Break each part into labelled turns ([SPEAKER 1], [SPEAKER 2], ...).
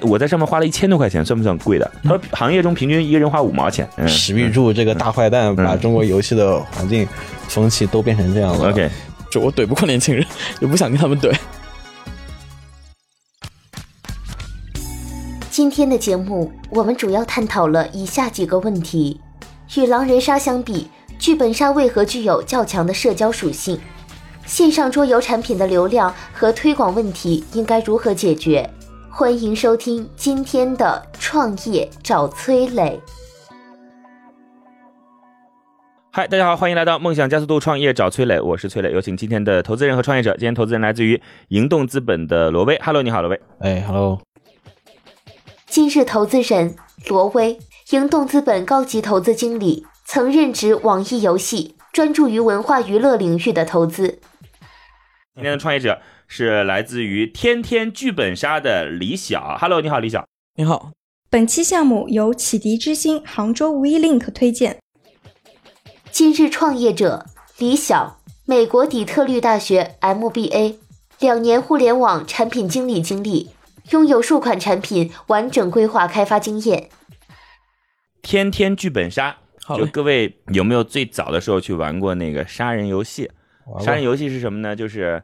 [SPEAKER 1] 我在上面花了一千多块钱，算不算贵的？他说行业中平均一个人花五毛钱。嗯
[SPEAKER 2] 史玉柱这个大坏蛋，把中国游戏的环境、风气都变成这样了。
[SPEAKER 1] ，OK，
[SPEAKER 3] 就我怼不过年轻人，也不想跟他们怼。
[SPEAKER 4] 今天的节目，我们主要探讨了以下几个问题：与狼人杀相比，剧本杀为何具有较强的社交属性？线上桌游产品的流量和推广问题应该如何解决？欢迎收听今天的《创业找崔磊》。
[SPEAKER 1] 嗨，大家好，欢迎来到梦想加速度创业找崔磊，我是崔磊，有请今天的投资人和创业者。今天投资人来自于盈动资本的罗威，Hello，你好，罗威。
[SPEAKER 2] 哎，Hello，
[SPEAKER 4] 今日投资人罗威，盈动资本高级投资经理，曾任职网易游戏，专注于文化娱乐领域的投资。
[SPEAKER 1] 今天的创业者是来自于天天剧本杀的李晓，Hello，你好，李晓。
[SPEAKER 3] 你好，
[SPEAKER 5] 本期项目由启迪之星杭州 WeLink 推荐。
[SPEAKER 4] 今日创业者李晓，美国底特律大学 MBA，两年互联网产品经理经历，拥有数款产品完整规划开发经验。
[SPEAKER 1] 天天剧本杀。
[SPEAKER 3] 好嘞
[SPEAKER 1] 就各位有没有最早的时候去玩过那个杀人游戏？
[SPEAKER 2] 玩
[SPEAKER 1] 杀人
[SPEAKER 2] 过
[SPEAKER 1] 游戏是什么呢？就是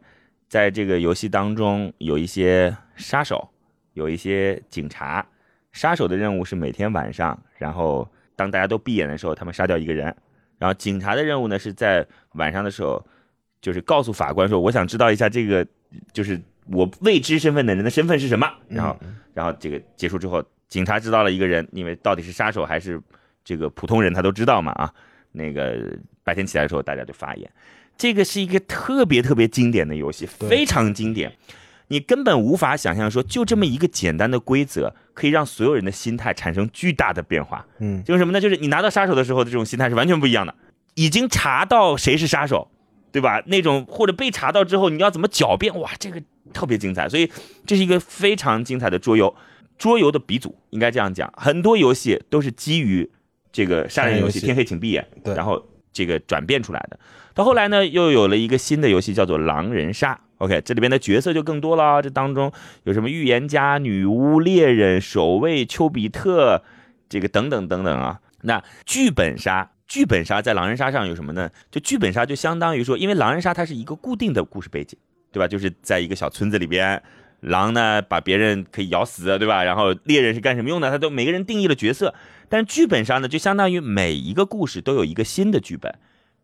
[SPEAKER 1] 在这个游戏当中有一些杀手，有一些警察。杀手的任务是每天晚上，然后当大家都闭眼的时候，他们杀掉一个人。然后警察的任务呢是在晚上的时候，就是告诉法官说，我想知道一下这个就是我未知身份的人的身份是什么。
[SPEAKER 2] 嗯
[SPEAKER 1] 然后，然后这个结束之后，警察知道了一个人，因为到底是杀手还是这个普通人，他都知道嘛啊。那个白天起来的时候，大家就发言。这个是一个特别特别经典的游戏，
[SPEAKER 2] 对
[SPEAKER 1] 非常经典。你根本无法想象说，就这么一个简单的规则，可以让所有人的心态产生巨大的变化。
[SPEAKER 2] 嗯，
[SPEAKER 1] 就是什么呢？就是你拿到杀手的时候的这种心态是完全不一样的。已经查到谁是杀手，对吧？那种或者被查到之后，你要怎么狡辩？哇，这个特别精彩。所以这是一个非常精彩的桌游，桌游的鼻祖应该这样讲。很多游戏都是基于这个杀人游戏，
[SPEAKER 2] 杀人游戏
[SPEAKER 1] 天黑请闭眼，
[SPEAKER 2] 对
[SPEAKER 1] 然后这个转变出来的。到后来呢，又有了一个新的游戏叫做狼人杀。OK，这里边的角色就更多了，这当中有什么预言家、女巫、猎人、守卫、丘比特，这个等等等等啊。那剧本杀，剧本杀在狼人杀上有什么呢？就剧本杀就相当于说，因为狼人杀它是一个固定的故事背景，对吧？就是在一个小村子里边，狼呢把别人可以咬死，对吧？然后猎人是干什么用的？他都每个人定义了角色，但是剧本杀呢，就相当于每一个故事都有一个新的剧本。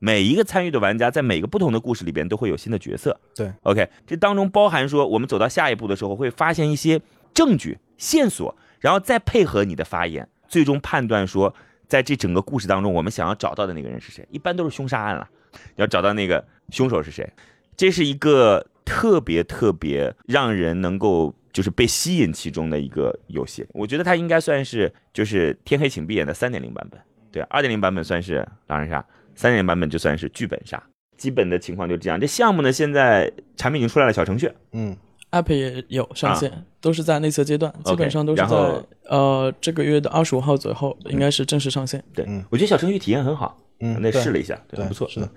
[SPEAKER 1] 每一个参与的玩家在每个不同的故事里边都会有新的角色，
[SPEAKER 2] 对
[SPEAKER 1] ，OK，这当中包含说我们走到下一步的时候会发现一些证据线索，然后再配合你的发言，最终判断说在这整个故事当中我们想要找到的那个人是谁，一般都是凶杀案了，要找到那个凶手是谁，这是一个特别特别让人能够就是被吸引其中的一个游戏，我觉得它应该算是就是《天黑请闭眼》的三点零版本，对，二点零版本算是狼人杀，三点零版本就算是剧本杀。基本的情况就这样。这项目呢，现在产品已经出来了，小程序。
[SPEAKER 2] 嗯，
[SPEAKER 3] app 也有上线，都是在内测阶段，基本上都是
[SPEAKER 1] 然后
[SPEAKER 3] 在呃这个月的二十五号左右，应该是正式上线。
[SPEAKER 1] 对、
[SPEAKER 2] 嗯
[SPEAKER 1] 我觉得小程序体验很好，
[SPEAKER 2] 嗯
[SPEAKER 1] 那
[SPEAKER 2] 对
[SPEAKER 1] 试了一下，
[SPEAKER 2] 对
[SPEAKER 1] 很不错。嗯
[SPEAKER 2] 是的，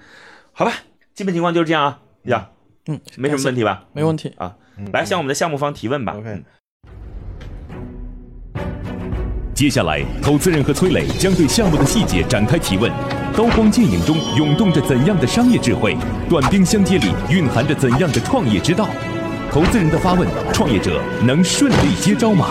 [SPEAKER 1] 好吧，基本情况就是这样啊，呀，
[SPEAKER 3] 嗯，
[SPEAKER 1] 没什么问
[SPEAKER 3] 题，
[SPEAKER 1] 题吧？
[SPEAKER 3] 没问题。
[SPEAKER 1] 啊，
[SPEAKER 2] 嗯
[SPEAKER 1] 来向我们的项目方提问吧。
[SPEAKER 2] OK
[SPEAKER 6] 接下来，投资人和崔磊将对项目的细节展开提问。刀光剑影中涌动着怎样的商业智慧？短兵相接里蕴含着怎样的创业之道？投资人的发问，创业者能顺利接招吗？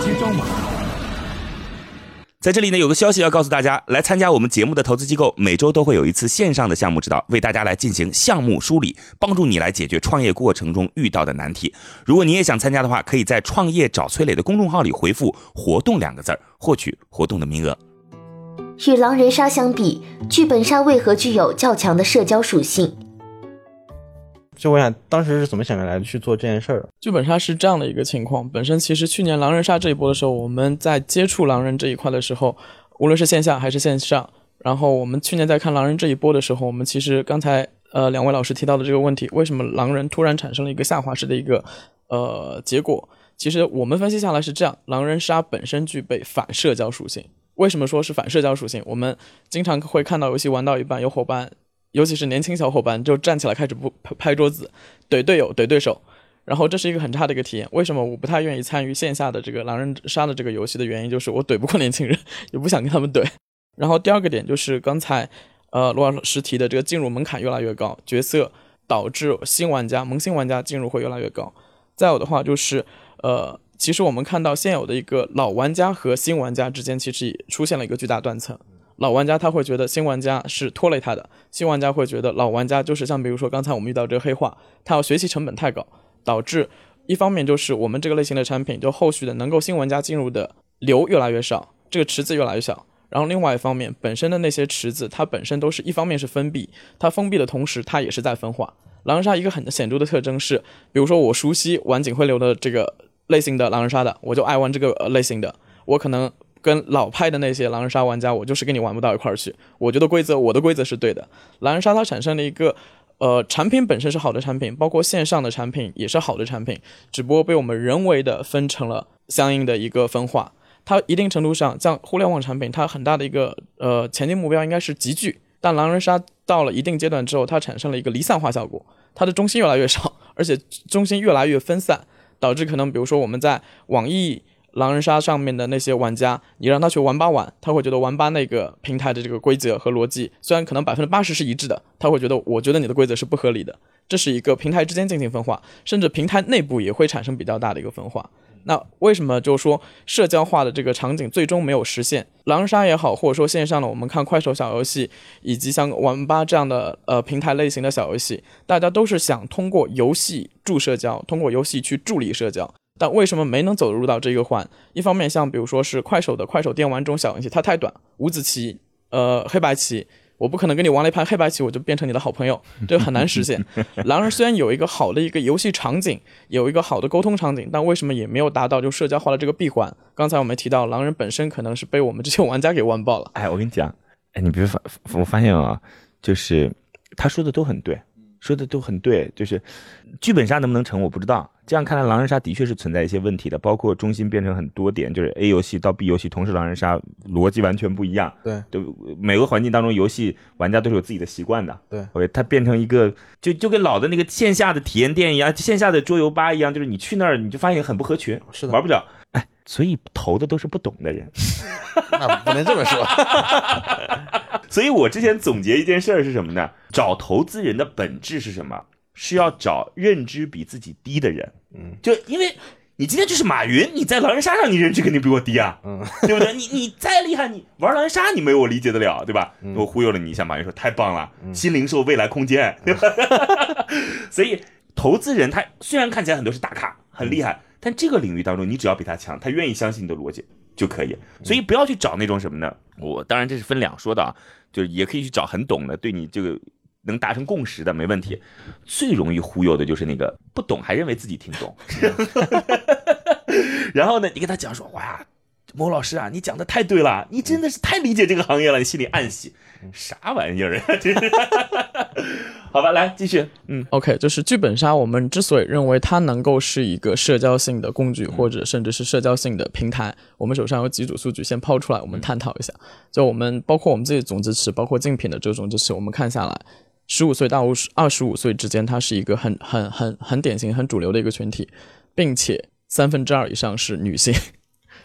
[SPEAKER 1] 在这里呢，有个消息要告诉大家：来参加我们节目的投资机构，每周都会有一次线上的项目指导，为大家来进行项目梳理，帮助你来解决创业过程中遇到的难题。如果你也想参加的话，可以在“创业找崔磊”的公众号里回复“活动”两个字儿，获取活动的名额。
[SPEAKER 4] 与狼人杀相比，剧本杀为何具有较强的社交属性？
[SPEAKER 2] 就我想当时是怎么想来去做这 件事儿的？
[SPEAKER 3] 剧本杀是这样的一个情况，本身其实去年狼人杀这一波的时候，我们在接触狼人这一块的时候，无论是线下还是线上，然后我们去年在看《狼人》这一波的时候，我们其实刚才呃两位老师提到的这个问题，为什么狼人突然产生了一个下滑式的一个呃结果？其实我们分析下来是这样：狼人杀本身具备反社交属性。为什么说是反社交属性？我们经常会看到游戏玩到一半，有伙伴，尤其是年轻小伙伴，就站起来开始不拍拍桌子，怼队友，怼对手。然后这是一个很差的一个体验。为什么我不太愿意参与线下的这个狼人杀的这个游戏的原因，就是我怼不过年轻人，也不想跟他们怼。然后第二个点就是刚才，呃，罗老师提的这个进入门槛越来越高，角色导致新玩家、萌新玩家进入会越来越高。再有的话就是，呃，其实我们看到现有的一个老玩家和新玩家之间，其实也出现了一个巨大断层。老玩家他会觉得新玩家是拖累他的，新玩家会觉得老玩家就是像比如说刚才我们遇到这个黑化，他要学习成本太高，导致一方面就是我们这个类型的产品，就后续的能够新玩家进入的流越来越少，这个池子越来越小。然后另外一方面，本身的那些池子，它本身都是一方面是封闭，它封闭的同时，它也是在分化。狼人杀一个很显著的特征是，比如说我熟悉玩警徽流的这个类型的狼人杀的，我就爱玩这个呃类型的。我可能跟老派的那些狼人杀玩家，我就是跟你玩不到一块儿去。我觉得规则，我的规则是对的。狼人杀它产生了一个呃，产品本身是好的产品，包括线上的产品也是好的产品，只不过被我们人为的分成了相应的一个分化。它一定程度上，像互联网产品，它很大的一个呃前进目标应该是集聚，但狼人杀到了一定阶段之后，它产生了一个离散化效果，它的中心越来越少，而且中心越来越分散，导致可能比如说我们在网易狼人杀上面的那些玩家，你让他去玩吧玩，他会觉得玩吧那个平台的这个规则和逻辑，虽然可能百分之八十是一致的，他会觉得我觉得你的规则是不合理的，这是一个平台之间进行分化，甚至平台内部也会产生比较大的一个分化。那为什么就说社交化的这个场景最终没有实现？狼人杀也好，或者说线上的我们看快手小游戏，以及像玩吧这样的呃平台类型的小游戏，大家都是想通过游戏助社交，通过游戏去助力社交。但为什么没能走入到这个环？一方面，像比如说是快手的快手电玩这种小游戏，它太短，五子棋、呃黑白棋，我不可能跟你玩了一盘黑白棋，我就变成你的好朋友， 这很难实现。狼人虽然有一个好的一个游戏场景，有一个好的沟通场景，但为什么也没有达到就社交化的这个闭环？刚才我们提到，狼人本身可能是被我们这些玩家给玩爆了。
[SPEAKER 1] 哎，我跟你讲，哎，你别发，我发现啊，就是他说的都很对，
[SPEAKER 2] 嗯
[SPEAKER 1] 说的都很对，就是剧本杀能不能成我不知道。这样看来，狼人杀的确是存在一些问题的，包括中心变成很多点，就是 A 游戏到 B 游戏同是狼人杀，逻辑完全不一样。
[SPEAKER 2] 对
[SPEAKER 1] 对，每个环境当中，游戏玩家都是有自己的习惯的。
[SPEAKER 2] 对
[SPEAKER 1] ，OK，它变成一个就就跟老的那个线下的体验店一样，线下的桌游吧一样，就是你去那儿你就发现很不合群，
[SPEAKER 2] 是的
[SPEAKER 1] 玩不了。哎，所以投的都是不懂的人。
[SPEAKER 2] 那啊不能这 么说。
[SPEAKER 1] 所以我之前总结一件事儿是什么呢？找投资人的本质是什么？是要找认知比自己低的人。嗯，就因为你今天就是马云，你在狼人杀上你认知肯定比我低啊，嗯， 对不对？你你再厉害，你玩狼人杀你没有我理解得了，对吧？我忽悠了你一下，马云说太棒了，新零售未来空 间，对吧？所以投资人他虽然看起来很多是大咖，很厉害，但这个领域当中，你只要比他强，他愿意相信你的逻辑就可以。所以不要去找那种什么呢？我当然这是分两说的啊，就是也可以去找很懂的，对你这个能达成共识的没问题。
[SPEAKER 3] 嗯
[SPEAKER 1] 最容易忽悠的就是那个不懂还认为自己听 懂，然后呢，你跟他讲说，哇。某老师啊，你讲的太对了，你真的是太理解这个行业了，你心里暗喜，
[SPEAKER 3] 嗯
[SPEAKER 1] 啥玩意儿啊？真是， 好吧，来继续，嗯，
[SPEAKER 3] OK，就是剧本杀，我们之所以认为它能够是一个社交性的工具，或者甚至是社交性的平台，我们手上有几组数据先抛出来，我们探讨一下。就我们包括我们自己总支持，包括竞品的这个总支持，我们看下来，十五岁到二十二十五岁之间，它是一个很很很很典型、很主流的一个群体，并且三分之二以上是女性。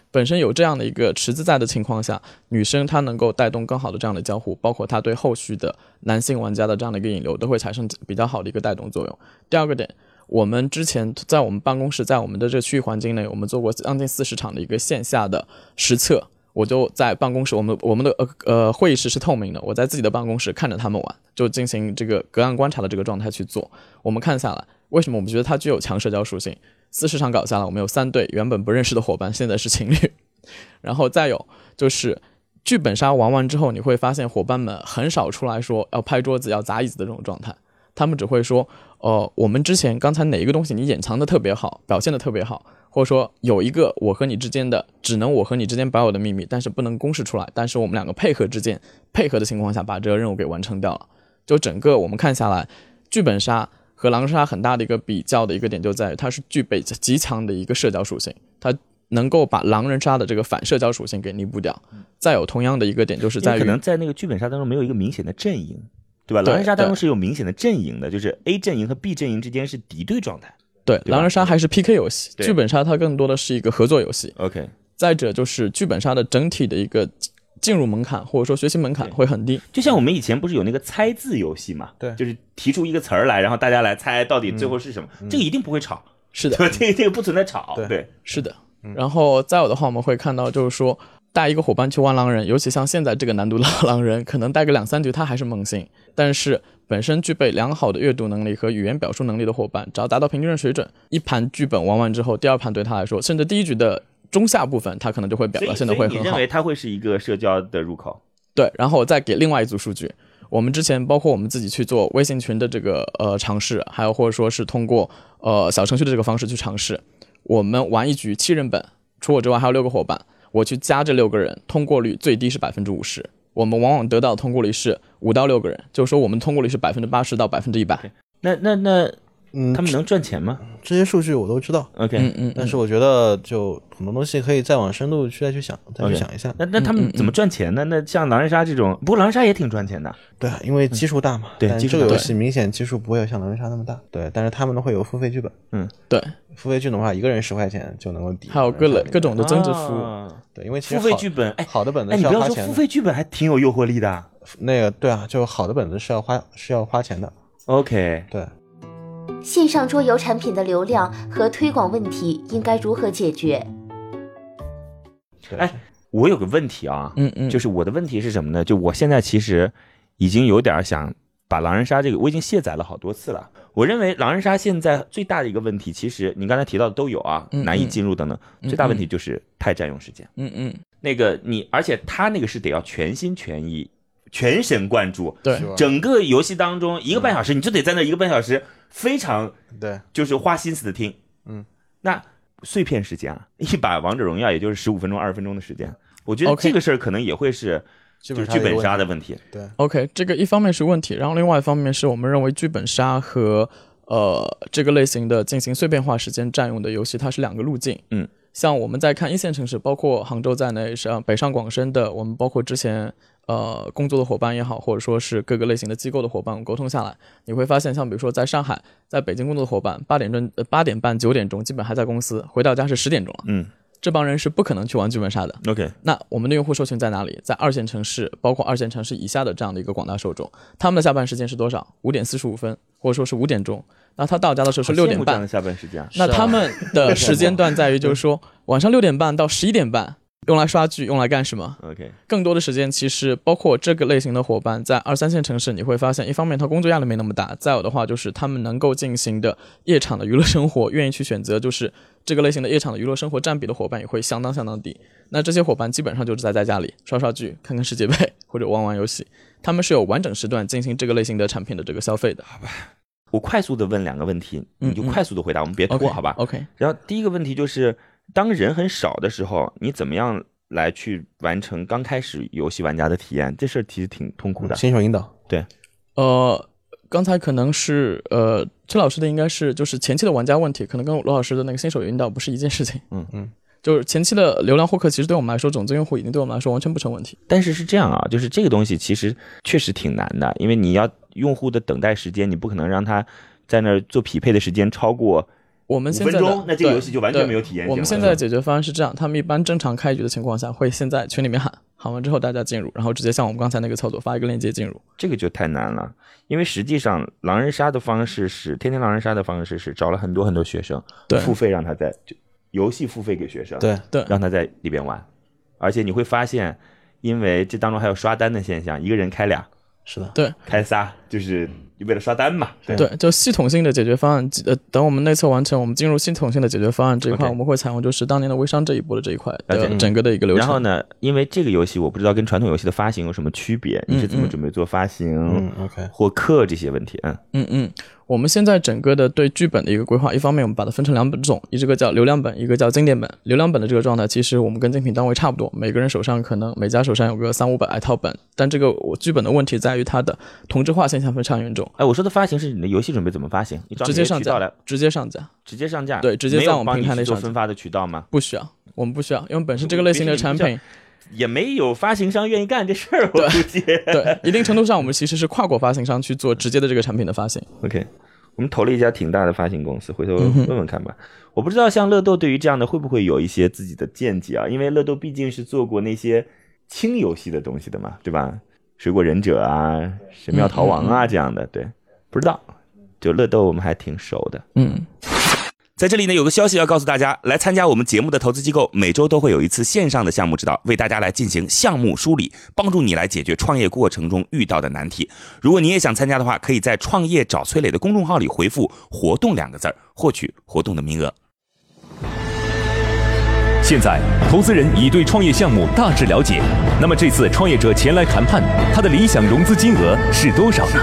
[SPEAKER 3] 本身有这样的一个池子在的情况下，女生她能够带动更好的这样的交互，包括她对后续的男性玩家的这样的一个引流，都会产生比较好的一个带动作用。第二个点，我们之前在我们办公室，在我们的这个区域环境内，我们做过将近四十场的一个线下的实测。我就在办公室，我们我们的呃呃会议室是透明的，我在自己的办公室看着他们玩，就进行这个隔岸观察的这个状态去做。我们看下来，为什么我们觉得它具有强社交属性？四十场搞下来，我们有三对原本不认识的伙伴，现在是情侣。 然后再有就是剧本杀玩完之后，你会发现伙伴们很少出来说要拍桌子、要砸椅子的这种状态，哦他们只会说，呃，我们之前刚才哪一个东西你掩藏的特别好，表现的特别好，或者说有一个我和你之间的，只能我和你之间保有的秘密，但是不能公示出来，但是我们两个配合之间配合的情况下，把这个任务给完成掉了。就整个我们看下来，剧本杀和狼人杀很大的一个比较的一个点就在于，它是具备极强的一个社交属性，它能够把狼人杀的这个反社交属性给弥补掉。再有同样的一个点就是
[SPEAKER 1] 因
[SPEAKER 3] 在
[SPEAKER 1] 为
[SPEAKER 3] 于
[SPEAKER 1] 可，能在那个剧本杀当中没有一个明显的阵营，对吧？
[SPEAKER 3] 对
[SPEAKER 1] 狼人杀当中
[SPEAKER 3] 对
[SPEAKER 1] 是有明显的阵营的，就是 A 阵营和 B 阵营之间是敌对状态。
[SPEAKER 3] 对
[SPEAKER 1] 吧
[SPEAKER 3] 狼人杀还是 PK 游戏，
[SPEAKER 1] 对
[SPEAKER 3] 剧本杀它更多的是一个合作游戏。
[SPEAKER 1] OK，
[SPEAKER 3] 再者就是剧本杀的整体的一个进入门槛或者说学习门槛
[SPEAKER 1] 对
[SPEAKER 3] 会很低。
[SPEAKER 1] 就像我们以前不是有那个猜字游戏嘛？
[SPEAKER 2] 对
[SPEAKER 1] 就是提出一个词儿来，然后大家来猜到底最后是什么，这个一定不会吵，
[SPEAKER 3] 是
[SPEAKER 1] 对嗯
[SPEAKER 3] 的，
[SPEAKER 1] 吧？这个这个不存在吵，
[SPEAKER 2] 嗯对
[SPEAKER 1] 对
[SPEAKER 3] 是的。然后再有的话，我们会看到就是说带一个伙伴去玩狼人，尤其像现在这个难度的 狼人，可能带个两三局他还是猛新，但是本身具备良好的阅读能力和语言表述能力的伙伴，只要达到平均的水准，一盘剧本玩完之后，第二盘对他来说，甚至第一局的中下部分，他可能就会表
[SPEAKER 1] 所以
[SPEAKER 3] 表现的
[SPEAKER 1] 所
[SPEAKER 3] 会
[SPEAKER 1] 以你
[SPEAKER 3] 很
[SPEAKER 1] 认
[SPEAKER 3] 好
[SPEAKER 1] 为。它会是一个社交的入口？
[SPEAKER 3] 对，然后我再给另外一组数据。我们之前包括我们自己去做微信群的这个呃尝试，还有或者说是通过呃小程序的这个方式去尝试。我们玩一局七人本，除我之外还有六个伙伴，我去加这六个人，通过率最低是百分之五十。我们往往得到的通过率是五到六个人，就是说我们通过率是百分之八十到百分之一百。
[SPEAKER 1] 那那那
[SPEAKER 2] 嗯
[SPEAKER 1] 他，们能赚钱吗
[SPEAKER 2] 这些数据我都知道，
[SPEAKER 1] ？OK，
[SPEAKER 3] 嗯嗯，
[SPEAKER 2] 但是我觉得就很多东西可以再往深度去再去想，再去
[SPEAKER 1] OK
[SPEAKER 2] 想一下。
[SPEAKER 1] 那那
[SPEAKER 3] 嗯
[SPEAKER 1] 他们怎么赚钱呢？那像狼人杀这种，不过狼人杀也挺赚钱的。
[SPEAKER 2] 对啊，因为基数大嘛，
[SPEAKER 1] 对
[SPEAKER 2] 但
[SPEAKER 1] 基数
[SPEAKER 2] 这个
[SPEAKER 1] 大
[SPEAKER 2] 游戏明显基数不会有像狼人杀那么大，对，但是他们都会有付费剧本，
[SPEAKER 3] 对，
[SPEAKER 2] 付费剧本的话，一个人十块钱就能够抵，
[SPEAKER 3] 还有各类各种的增值服务。
[SPEAKER 1] 啊
[SPEAKER 2] 对，因为其实
[SPEAKER 1] 付费
[SPEAKER 2] 好
[SPEAKER 1] 剧本，哎，
[SPEAKER 2] 好的本子
[SPEAKER 1] 哎，
[SPEAKER 2] 是
[SPEAKER 1] 你不
[SPEAKER 2] 要
[SPEAKER 1] 要
[SPEAKER 2] 花
[SPEAKER 1] 说
[SPEAKER 2] 钱
[SPEAKER 1] 付
[SPEAKER 2] 的，
[SPEAKER 1] 费剧本还挺有诱惑力的。
[SPEAKER 2] 那个对啊，就好的本子是要花是要花钱的，
[SPEAKER 1] OK，
[SPEAKER 2] 对，
[SPEAKER 4] 线上桌游产品的流量和推广问题应该如何解决？
[SPEAKER 2] 对
[SPEAKER 1] 哎，我有个问题啊，
[SPEAKER 3] 嗯嗯，
[SPEAKER 1] 就是我的问题是什么呢？就我现在其实已经有点想把狼人杀这个，我已经卸载了好多次了。我认为狼人杀现在最大的一个问题，其实你刚才提到的都有啊，
[SPEAKER 3] 嗯
[SPEAKER 1] 难以进入等等，
[SPEAKER 3] 嗯
[SPEAKER 1] 最大问题就是太占用时间。
[SPEAKER 3] 嗯嗯，
[SPEAKER 1] 那个你，而且他那个是得要全心全意、全神贯注，
[SPEAKER 3] 对，嗯
[SPEAKER 1] 整个游戏当中一个半小时，你就得在那一个半小时非常
[SPEAKER 2] 对，
[SPEAKER 1] 就是花心思的听。
[SPEAKER 2] 嗯，
[SPEAKER 1] 那碎片时间啊， 一把王者荣耀也就是十五分钟、二十分钟的时间，我觉得
[SPEAKER 3] OK
[SPEAKER 1] 这个事儿可能也会是
[SPEAKER 2] 剧
[SPEAKER 1] 就
[SPEAKER 2] 本
[SPEAKER 1] 是剧本杀
[SPEAKER 2] 的
[SPEAKER 1] 的问题。
[SPEAKER 2] 对
[SPEAKER 3] OK，这个一方面是问题，然后另外一方面是我们认为剧本杀和呃这个类型的进行碎片化时间占用的游戏，它是两个路径。
[SPEAKER 1] 嗯，
[SPEAKER 3] 像我们在看一线城市，包括杭州在内，像北上广深的，我们包括之前呃工作的伙伴也好，或者说是各个类型的机构的伙伴，我们沟通下来，你会发现，像比如说在上海、在北京工作的伙伴，八点钟、呃八点半、九点钟基本还在公司，回到家是十点钟了。
[SPEAKER 1] 嗯
[SPEAKER 3] 这帮人是不可能去玩剧本杀的。
[SPEAKER 1] ，OK，
[SPEAKER 3] 那我们的用户受群在哪里？在二线城市，包括二线城市以下的这样的一个广大受众，他们的下班时间是多少？五点四十五分，或者说是五点钟。那他到家的时候是
[SPEAKER 1] 好
[SPEAKER 3] 六
[SPEAKER 1] 羡
[SPEAKER 3] 点
[SPEAKER 1] 慕这样
[SPEAKER 3] 半
[SPEAKER 1] 的。下嗯班时间啊。
[SPEAKER 3] 那他们的时间段在于，就是说晚上六点半到十一点半用来刷剧，用来干什么？
[SPEAKER 1] OK，
[SPEAKER 3] 更多的时间其实包括这个类型的伙伴，在二三线城市，你会发现，一方面他工作压力没那么大，再有的话就是他们能够进行的夜场的娱乐生活，愿意去选择就是这个类型的夜场的娱乐生活占比的伙伴也会相当相当低。那这些伙伴基本上就是在在家里刷刷剧、看看世界杯或者玩玩游戏，他们是有完整时段进行这个类型的产品的这个消费的。
[SPEAKER 1] 我快速的问两个问题，
[SPEAKER 3] 嗯
[SPEAKER 1] 你就快速的回答，我们别拖，
[SPEAKER 3] OK，
[SPEAKER 1] 好吧？
[SPEAKER 3] ？OK，
[SPEAKER 1] 然后第一个问题就是，当人很少的时候，你怎么样来去完成刚开始游戏玩家的体验？这事儿其实挺痛苦的。
[SPEAKER 2] 新手引导，
[SPEAKER 3] 呃，刚才可能是呃崔老师的应该是就是前期的玩家问题，可能跟罗老师的那个新手引导不是一件事情。
[SPEAKER 1] 嗯
[SPEAKER 2] 嗯，
[SPEAKER 3] 就是前期的流量获客，其实对我们来说，种子用户已经对我们来说完全不成问题。
[SPEAKER 1] 但是是这样啊，就是这个东西其实确实挺难的，因为你要用户的等待时间，你不可能让他在那儿做匹配的时间超过。
[SPEAKER 3] 我们
[SPEAKER 1] 五
[SPEAKER 3] 现
[SPEAKER 1] 分
[SPEAKER 3] 在
[SPEAKER 1] 钟
[SPEAKER 3] 的
[SPEAKER 1] 那这个
[SPEAKER 3] 对
[SPEAKER 1] 游戏就完全
[SPEAKER 3] 对
[SPEAKER 1] 没有体验性
[SPEAKER 3] 我们
[SPEAKER 1] 了
[SPEAKER 3] 现
[SPEAKER 1] 是
[SPEAKER 3] 在
[SPEAKER 1] 吧
[SPEAKER 3] 的解决方案是这样：他们一般正常开局的情况下，会先在群里面喊，喊完之后大家进入，然后直接像我们刚才那个操作发一个链接进入。
[SPEAKER 1] 这个就太难了，因为实际上狼人杀的方式是天天狼人杀的方式是找了很多很多学生
[SPEAKER 3] 对
[SPEAKER 1] 付费让他在就游戏付费给学生，，
[SPEAKER 2] 对
[SPEAKER 3] 对，
[SPEAKER 1] 让他在里边玩，而且你会发现，因为这当中还有刷单的现象，一个人开俩，
[SPEAKER 2] 是的，
[SPEAKER 3] 对，
[SPEAKER 1] 开仨，就是为了刷单嘛。对
[SPEAKER 3] 对，就系统性的解决方案，呃，等我们内测完成，我们进入系统性的解决方案这一块，
[SPEAKER 1] OK
[SPEAKER 3] 我们会采用就是当年的微商这一波的这一块
[SPEAKER 1] 了
[SPEAKER 3] 的
[SPEAKER 1] 解嗯
[SPEAKER 3] 整个的一个流
[SPEAKER 1] 然后
[SPEAKER 3] 程。
[SPEAKER 1] 呢，因为这个游戏我不知道跟传统游戏的发行有什么区别，你是怎么
[SPEAKER 3] 嗯
[SPEAKER 1] 准备做发行
[SPEAKER 2] 嗯，OK，
[SPEAKER 1] 或氪这些问题？嗯
[SPEAKER 3] 嗯嗯，我们现在整个的对剧本的一个规划，一方面我们把它分成两本种，一个叫流量本，一个叫经典本。流量本的这个状态，其实我们跟精品单位差不多，每个人手上可能每家手上有个三五百来套本，但这个我剧本的问题在于它的同质化现象非常严重。
[SPEAKER 1] 哎，我说的发行是你的游戏准备怎么发行？你找
[SPEAKER 3] 直
[SPEAKER 1] 哪些
[SPEAKER 3] 接上
[SPEAKER 1] 渠道
[SPEAKER 3] 架
[SPEAKER 1] 来，，
[SPEAKER 3] 直接上架，
[SPEAKER 1] 直接上架，
[SPEAKER 3] 对直接
[SPEAKER 1] 没有
[SPEAKER 3] 在我们
[SPEAKER 1] 帮你
[SPEAKER 3] 平台
[SPEAKER 1] 去
[SPEAKER 3] 内
[SPEAKER 1] 做
[SPEAKER 3] 上
[SPEAKER 1] 分发的渠道吗？
[SPEAKER 3] 不需要，我们不需要，因为本身这个类型的产品，
[SPEAKER 1] 也没有发行商愿意干这事儿，我估计。
[SPEAKER 3] 对，一定程度上我们其实是跨国发行商去做直接的这个产品的发行。
[SPEAKER 1] OK，我们投了一家挺大的发行公司，回头问问看吧。我不知道像乐豆对于这样的会不会有一些自己的见解啊？因为乐豆毕竟是做过那些轻游戏的东西的嘛，对吧？水果忍者啊，神庙逃亡啊这样的，对，不知道。就乐豆我们还挺熟的。
[SPEAKER 3] 嗯。
[SPEAKER 1] 在这里呢，有个消息要告诉大家：来参加我们节目的投资机构，每周都会有一次线上的项目指导，为大家来进行项目梳理，帮助你来解决创业过程中遇到的难题。如果你也想参加的话，可以在“创业找崔磊”的公众号里回复“活动”两个字儿，获取活动的名额。
[SPEAKER 6] 现在，投资人已对创业项目大致了解。那么这次创业者前来谈判，他的理想融资金额是多少呢？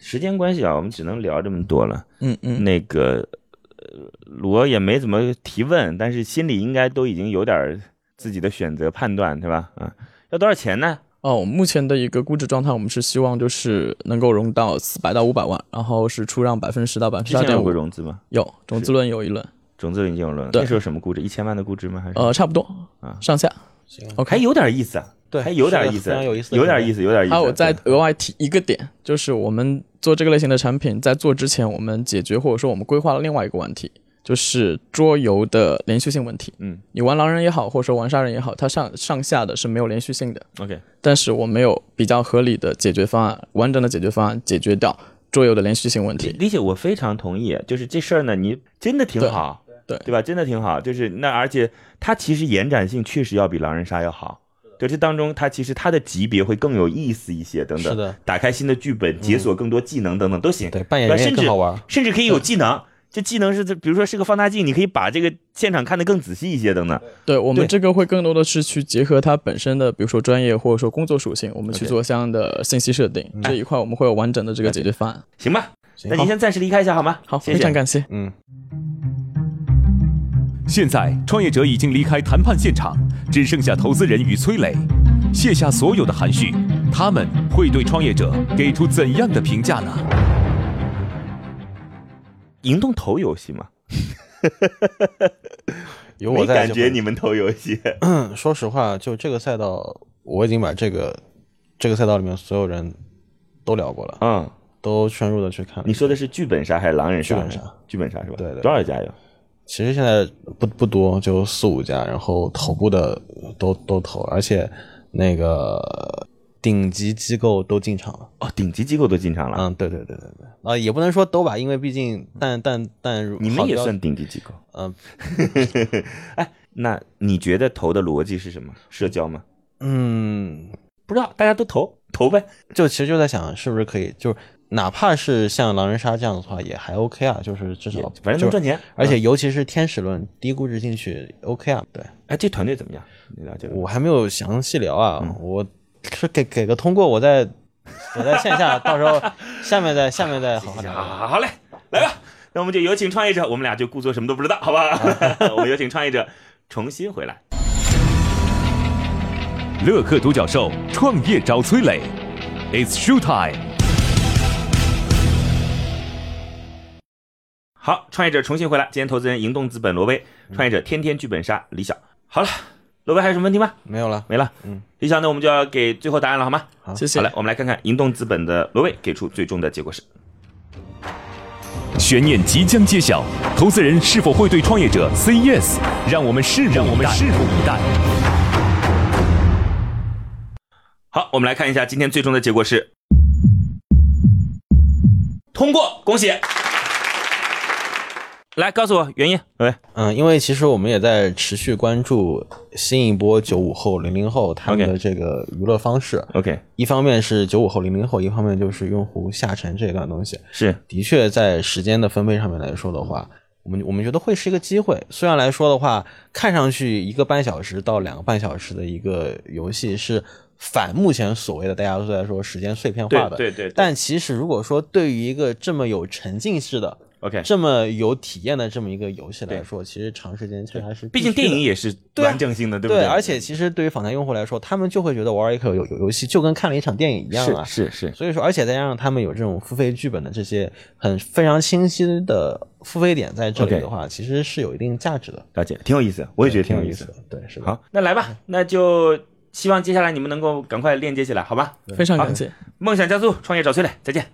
[SPEAKER 1] 时间关系啊，我们只能聊这么多了。
[SPEAKER 3] 嗯嗯，
[SPEAKER 1] 那个呃罗也没怎么提问，但是心里应该都已经有点自己的选择判断，对吧？啊，要多少钱呢？
[SPEAKER 3] 哦，我们目前的一个估值状态，我们是希望就是能够融到四百到五百万，然后是出让百分之十到百分之二点五，
[SPEAKER 1] 融资吗？
[SPEAKER 3] 有融资轮有一轮，
[SPEAKER 1] 种子已经有了，
[SPEAKER 3] 对
[SPEAKER 1] 那时候什么估值？一千万的估值吗？还是
[SPEAKER 3] 呃，差不多
[SPEAKER 1] 啊
[SPEAKER 3] 上下。
[SPEAKER 1] 还有点意思啊，
[SPEAKER 2] 对
[SPEAKER 1] 还有点意
[SPEAKER 2] 是
[SPEAKER 1] 思
[SPEAKER 2] 的非，常有意思的啊
[SPEAKER 1] 有点意思，有点意思。
[SPEAKER 3] 还有我再
[SPEAKER 1] 对
[SPEAKER 3] 额外提一个点，就是我们做这个类型的产品，在做之前，我们解决或者说我们规划了另外一个问题，就是桌游的连续性问题。
[SPEAKER 1] 嗯，
[SPEAKER 3] 你玩狼人也好，或者说玩杀人也好，它上上下的是没有连续性的。
[SPEAKER 1] OK，
[SPEAKER 3] 但是我没有比较合理的解决方案，完整的解决方案解决掉桌游的连续性问
[SPEAKER 1] 理
[SPEAKER 3] 题。
[SPEAKER 1] 理解我非常同意，就是这事儿呢，你真的挺好，
[SPEAKER 3] 对对
[SPEAKER 1] 对吧？真的挺好，就是那而且它其实延展性确实要比狼人杀要好。对，这当中它其实它的级别会更有意思一些，等等，
[SPEAKER 2] 是的，嗯
[SPEAKER 1] 打开新的剧本，解锁更多技能等等都行，
[SPEAKER 2] 对，扮演人也
[SPEAKER 1] 甚至
[SPEAKER 2] 更好玩。
[SPEAKER 1] 甚至可以有技能。这技能是，比如说是个放大镜，你可以把这个现场看得更仔细一些，等等。
[SPEAKER 3] 对我
[SPEAKER 1] 对
[SPEAKER 3] 们这个会更多的是去结合它本身的，比如说专业或者说工作属性，我们去
[SPEAKER 1] OK
[SPEAKER 3] 做相应的信息设定。
[SPEAKER 1] 嗯
[SPEAKER 3] 这一块我们会有完整的这个解决方案。
[SPEAKER 1] 行吧，
[SPEAKER 2] 行
[SPEAKER 1] 那您先暂时离开一下好吗？
[SPEAKER 3] 好，
[SPEAKER 1] 谢
[SPEAKER 3] 非
[SPEAKER 1] 谢
[SPEAKER 3] 常。感谢。
[SPEAKER 2] 嗯，
[SPEAKER 6] 现在，创业者已经离开谈判现场，只剩下投资人与崔磊，卸下所有的含蓄，他们会对创业者给出怎样的评价呢？
[SPEAKER 1] 赢动投游戏嘛，
[SPEAKER 2] 有我
[SPEAKER 1] 没
[SPEAKER 2] 在
[SPEAKER 1] 感
[SPEAKER 2] 就
[SPEAKER 1] 觉
[SPEAKER 2] 会
[SPEAKER 1] 你们投游 戏。
[SPEAKER 2] 嗯说实话，就这个赛道，我已经把这个这个赛道里面所有人都聊过了，
[SPEAKER 1] 嗯，
[SPEAKER 2] 都深入的去看了。
[SPEAKER 1] 你说的是剧本杀还是狼人杀？
[SPEAKER 2] 剧本杀，
[SPEAKER 1] 剧本杀是吧？
[SPEAKER 2] 对对
[SPEAKER 1] 多少家有？
[SPEAKER 2] 其实现在不不多，就四五家，然后头部的都都投，而且那个顶级机构都进场了。
[SPEAKER 1] 哦，顶级机构都进场了，嗯
[SPEAKER 2] 嗯，对对对对对，啊、也不能说都吧，因为毕竟但但但如
[SPEAKER 1] 你们也
[SPEAKER 2] 好
[SPEAKER 1] 算顶级机构。
[SPEAKER 2] 嗯
[SPEAKER 1] 哎，那你觉得投的逻辑是什么？社交吗？
[SPEAKER 2] 嗯，
[SPEAKER 1] 不知道，大家都投投呗。
[SPEAKER 2] 就其实就在想是不是可以，就是哪怕是像狼人杀这样的话，也还 OK 啊，就是至
[SPEAKER 1] 也
[SPEAKER 2] 少
[SPEAKER 1] 反正能
[SPEAKER 2] 就
[SPEAKER 1] 赚钱嗯
[SPEAKER 2] 而且尤其是天使轮低估值进去 OK 啊，对
[SPEAKER 1] 哎，这团队怎么样？你了解了吗？
[SPEAKER 2] 我还没有详细聊啊，
[SPEAKER 1] 嗯
[SPEAKER 2] 我是给给个通过，我在我在线下到时候下面再下 面再好好
[SPEAKER 1] 好好
[SPEAKER 2] 聊。
[SPEAKER 1] 好好嘞，来吧，那我们就有请创业者，我们俩就故作什么都不知道，好吧？ 我们有请创业者重新回来。
[SPEAKER 6] 乐客独角兽创业找崔磊，It's show time。
[SPEAKER 1] 好，创业者重新回来，今天投资人盈动资本罗威，创业者天天剧本杀李晓。好了，罗威还有什么问题吗？
[SPEAKER 2] 没有了，
[SPEAKER 1] 没了。
[SPEAKER 2] 嗯，
[SPEAKER 1] 李晓，那我们就要给最后答案了，好吗？
[SPEAKER 3] 谢谢。
[SPEAKER 1] 好嘞，我们来看看盈动资本的罗威给出最终的结果是。
[SPEAKER 6] 悬念即将揭晓，投资人是否会对创业者 say yes？让我们拭目以待。
[SPEAKER 1] 好，我们来看一下今天最终的结果是通过，恭喜。来告诉我原因。喂，
[SPEAKER 2] 嗯，因为其实我们也在持续关注新一波九五后、零零后他们
[SPEAKER 1] OK
[SPEAKER 2] 的这个娱乐方式。
[SPEAKER 1] OK，
[SPEAKER 2] 一方面是九五后、零零后，一方面就是用户下沉这一段东西。
[SPEAKER 1] 是
[SPEAKER 2] 的确，在时间的分配上面来说的话，我们我们觉得会是一个机会。虽然来说的话，看上去一个半小时到两个半小时的一个游戏是反目前所谓的大家都在说时间碎片化的，
[SPEAKER 1] 对对对对
[SPEAKER 2] 但其实如果说对于一个这么有沉浸式的、
[SPEAKER 1] OK。
[SPEAKER 2] 这么有体验的这么一个游戏来说，其实长时间恰恰是
[SPEAKER 1] 毕
[SPEAKER 2] 必须
[SPEAKER 1] 竟
[SPEAKER 2] 的
[SPEAKER 1] 电影。也是
[SPEAKER 2] 对啊
[SPEAKER 1] 完整性的，对
[SPEAKER 2] 对
[SPEAKER 1] 不
[SPEAKER 2] 而且其实对于访谈用户来说，他们就会觉得玩一个有有游戏就跟看了一场电影一样啊，
[SPEAKER 1] 是是是，
[SPEAKER 2] 所以说，而且再加上他们有这种付费剧本的这些很非常清晰的付费点在这里
[SPEAKER 1] OK
[SPEAKER 2] 的话其实是有一定价值的。
[SPEAKER 1] 了解，挺有意思，我也觉得
[SPEAKER 2] 挺
[SPEAKER 1] 挺有意
[SPEAKER 2] 意
[SPEAKER 1] 思。
[SPEAKER 2] 的。对，是的。
[SPEAKER 1] 好，那来吧，那就希望接下来你们能够赶快链接起来，好吧？
[SPEAKER 3] 非常
[SPEAKER 1] 好
[SPEAKER 3] 感谢。
[SPEAKER 1] 梦想加速，创业找崔磊，再见。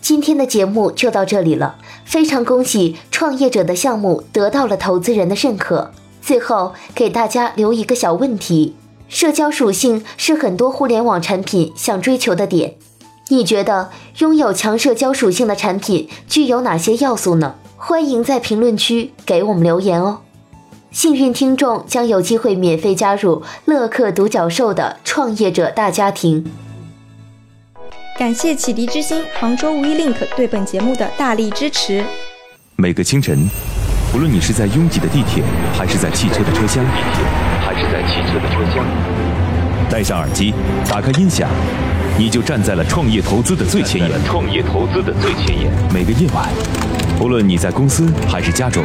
[SPEAKER 4] 今天的节目就到这里了，非常恭喜创业者的项目得到了投资人的认可。最后给大家留一个小问题：社交属性是很多互联网产品想追求的点，你觉得拥有强社交属性的产品具有哪些要素呢？欢迎在评论区给我们留言哦。幸运听众将有机会免费加入乐客独角兽的创业者大家庭。
[SPEAKER 5] 感谢启迪之星、杭州无一 link 对本节目的大力支持。
[SPEAKER 6] 每个清晨，不论你是在拥挤的地铁，还是在汽车的车厢，还是在汽车的车厢，戴上耳机，打开音响，你就站在了创业投资的最前沿。创业投资的最前沿。每个夜晚，不论你在公司还是家中，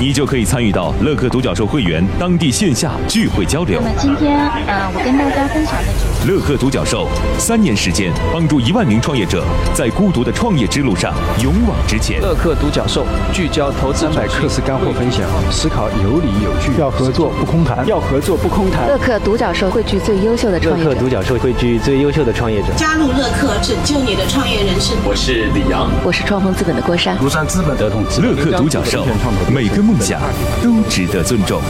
[SPEAKER 6] 你就可以参与到乐客独角兽会员当地线下聚会交流
[SPEAKER 7] 那。么今天，呃，我跟大家分享的主题
[SPEAKER 6] 乐客独角兽三年时间，帮助一万名创业者在孤独的创业之路上勇往直前。
[SPEAKER 8] 乐客独角兽聚焦投资三百课时干货分享，思考有理有据，要合作不空谈，要合作不空谈。
[SPEAKER 9] 乐客独角兽汇聚最优秀的创业者。
[SPEAKER 8] 角兽汇聚最优秀的创业者。
[SPEAKER 10] 加入乐客，拯救你的创业人生。
[SPEAKER 9] 我是创丰资本的郭珊。
[SPEAKER 8] 庐山资本德同
[SPEAKER 6] 乐客独角兽，每个梦想都值得尊重。